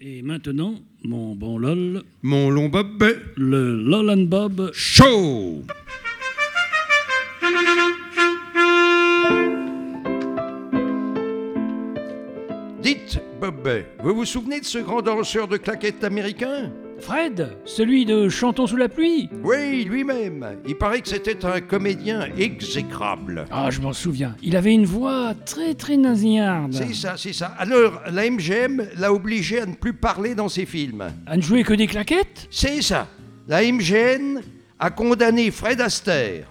Et maintenant, mon bon LOL, Mon long bob le LOL and Bob. chaud. Dites, Bob, vous vous souvenez de ce grand danseur de claquettes américain Fred, celui de Chantons sous la pluie Oui, lui-même. Il paraît que c'était un comédien exécrable. Ah, je m'en souviens. Il avait une voix très très nasillarde. C'est ça, c'est ça. Alors, la MGM l'a obligé à ne plus parler dans ses films. À ne jouer que des claquettes C'est ça. La MGM a condamné Fred Astaire.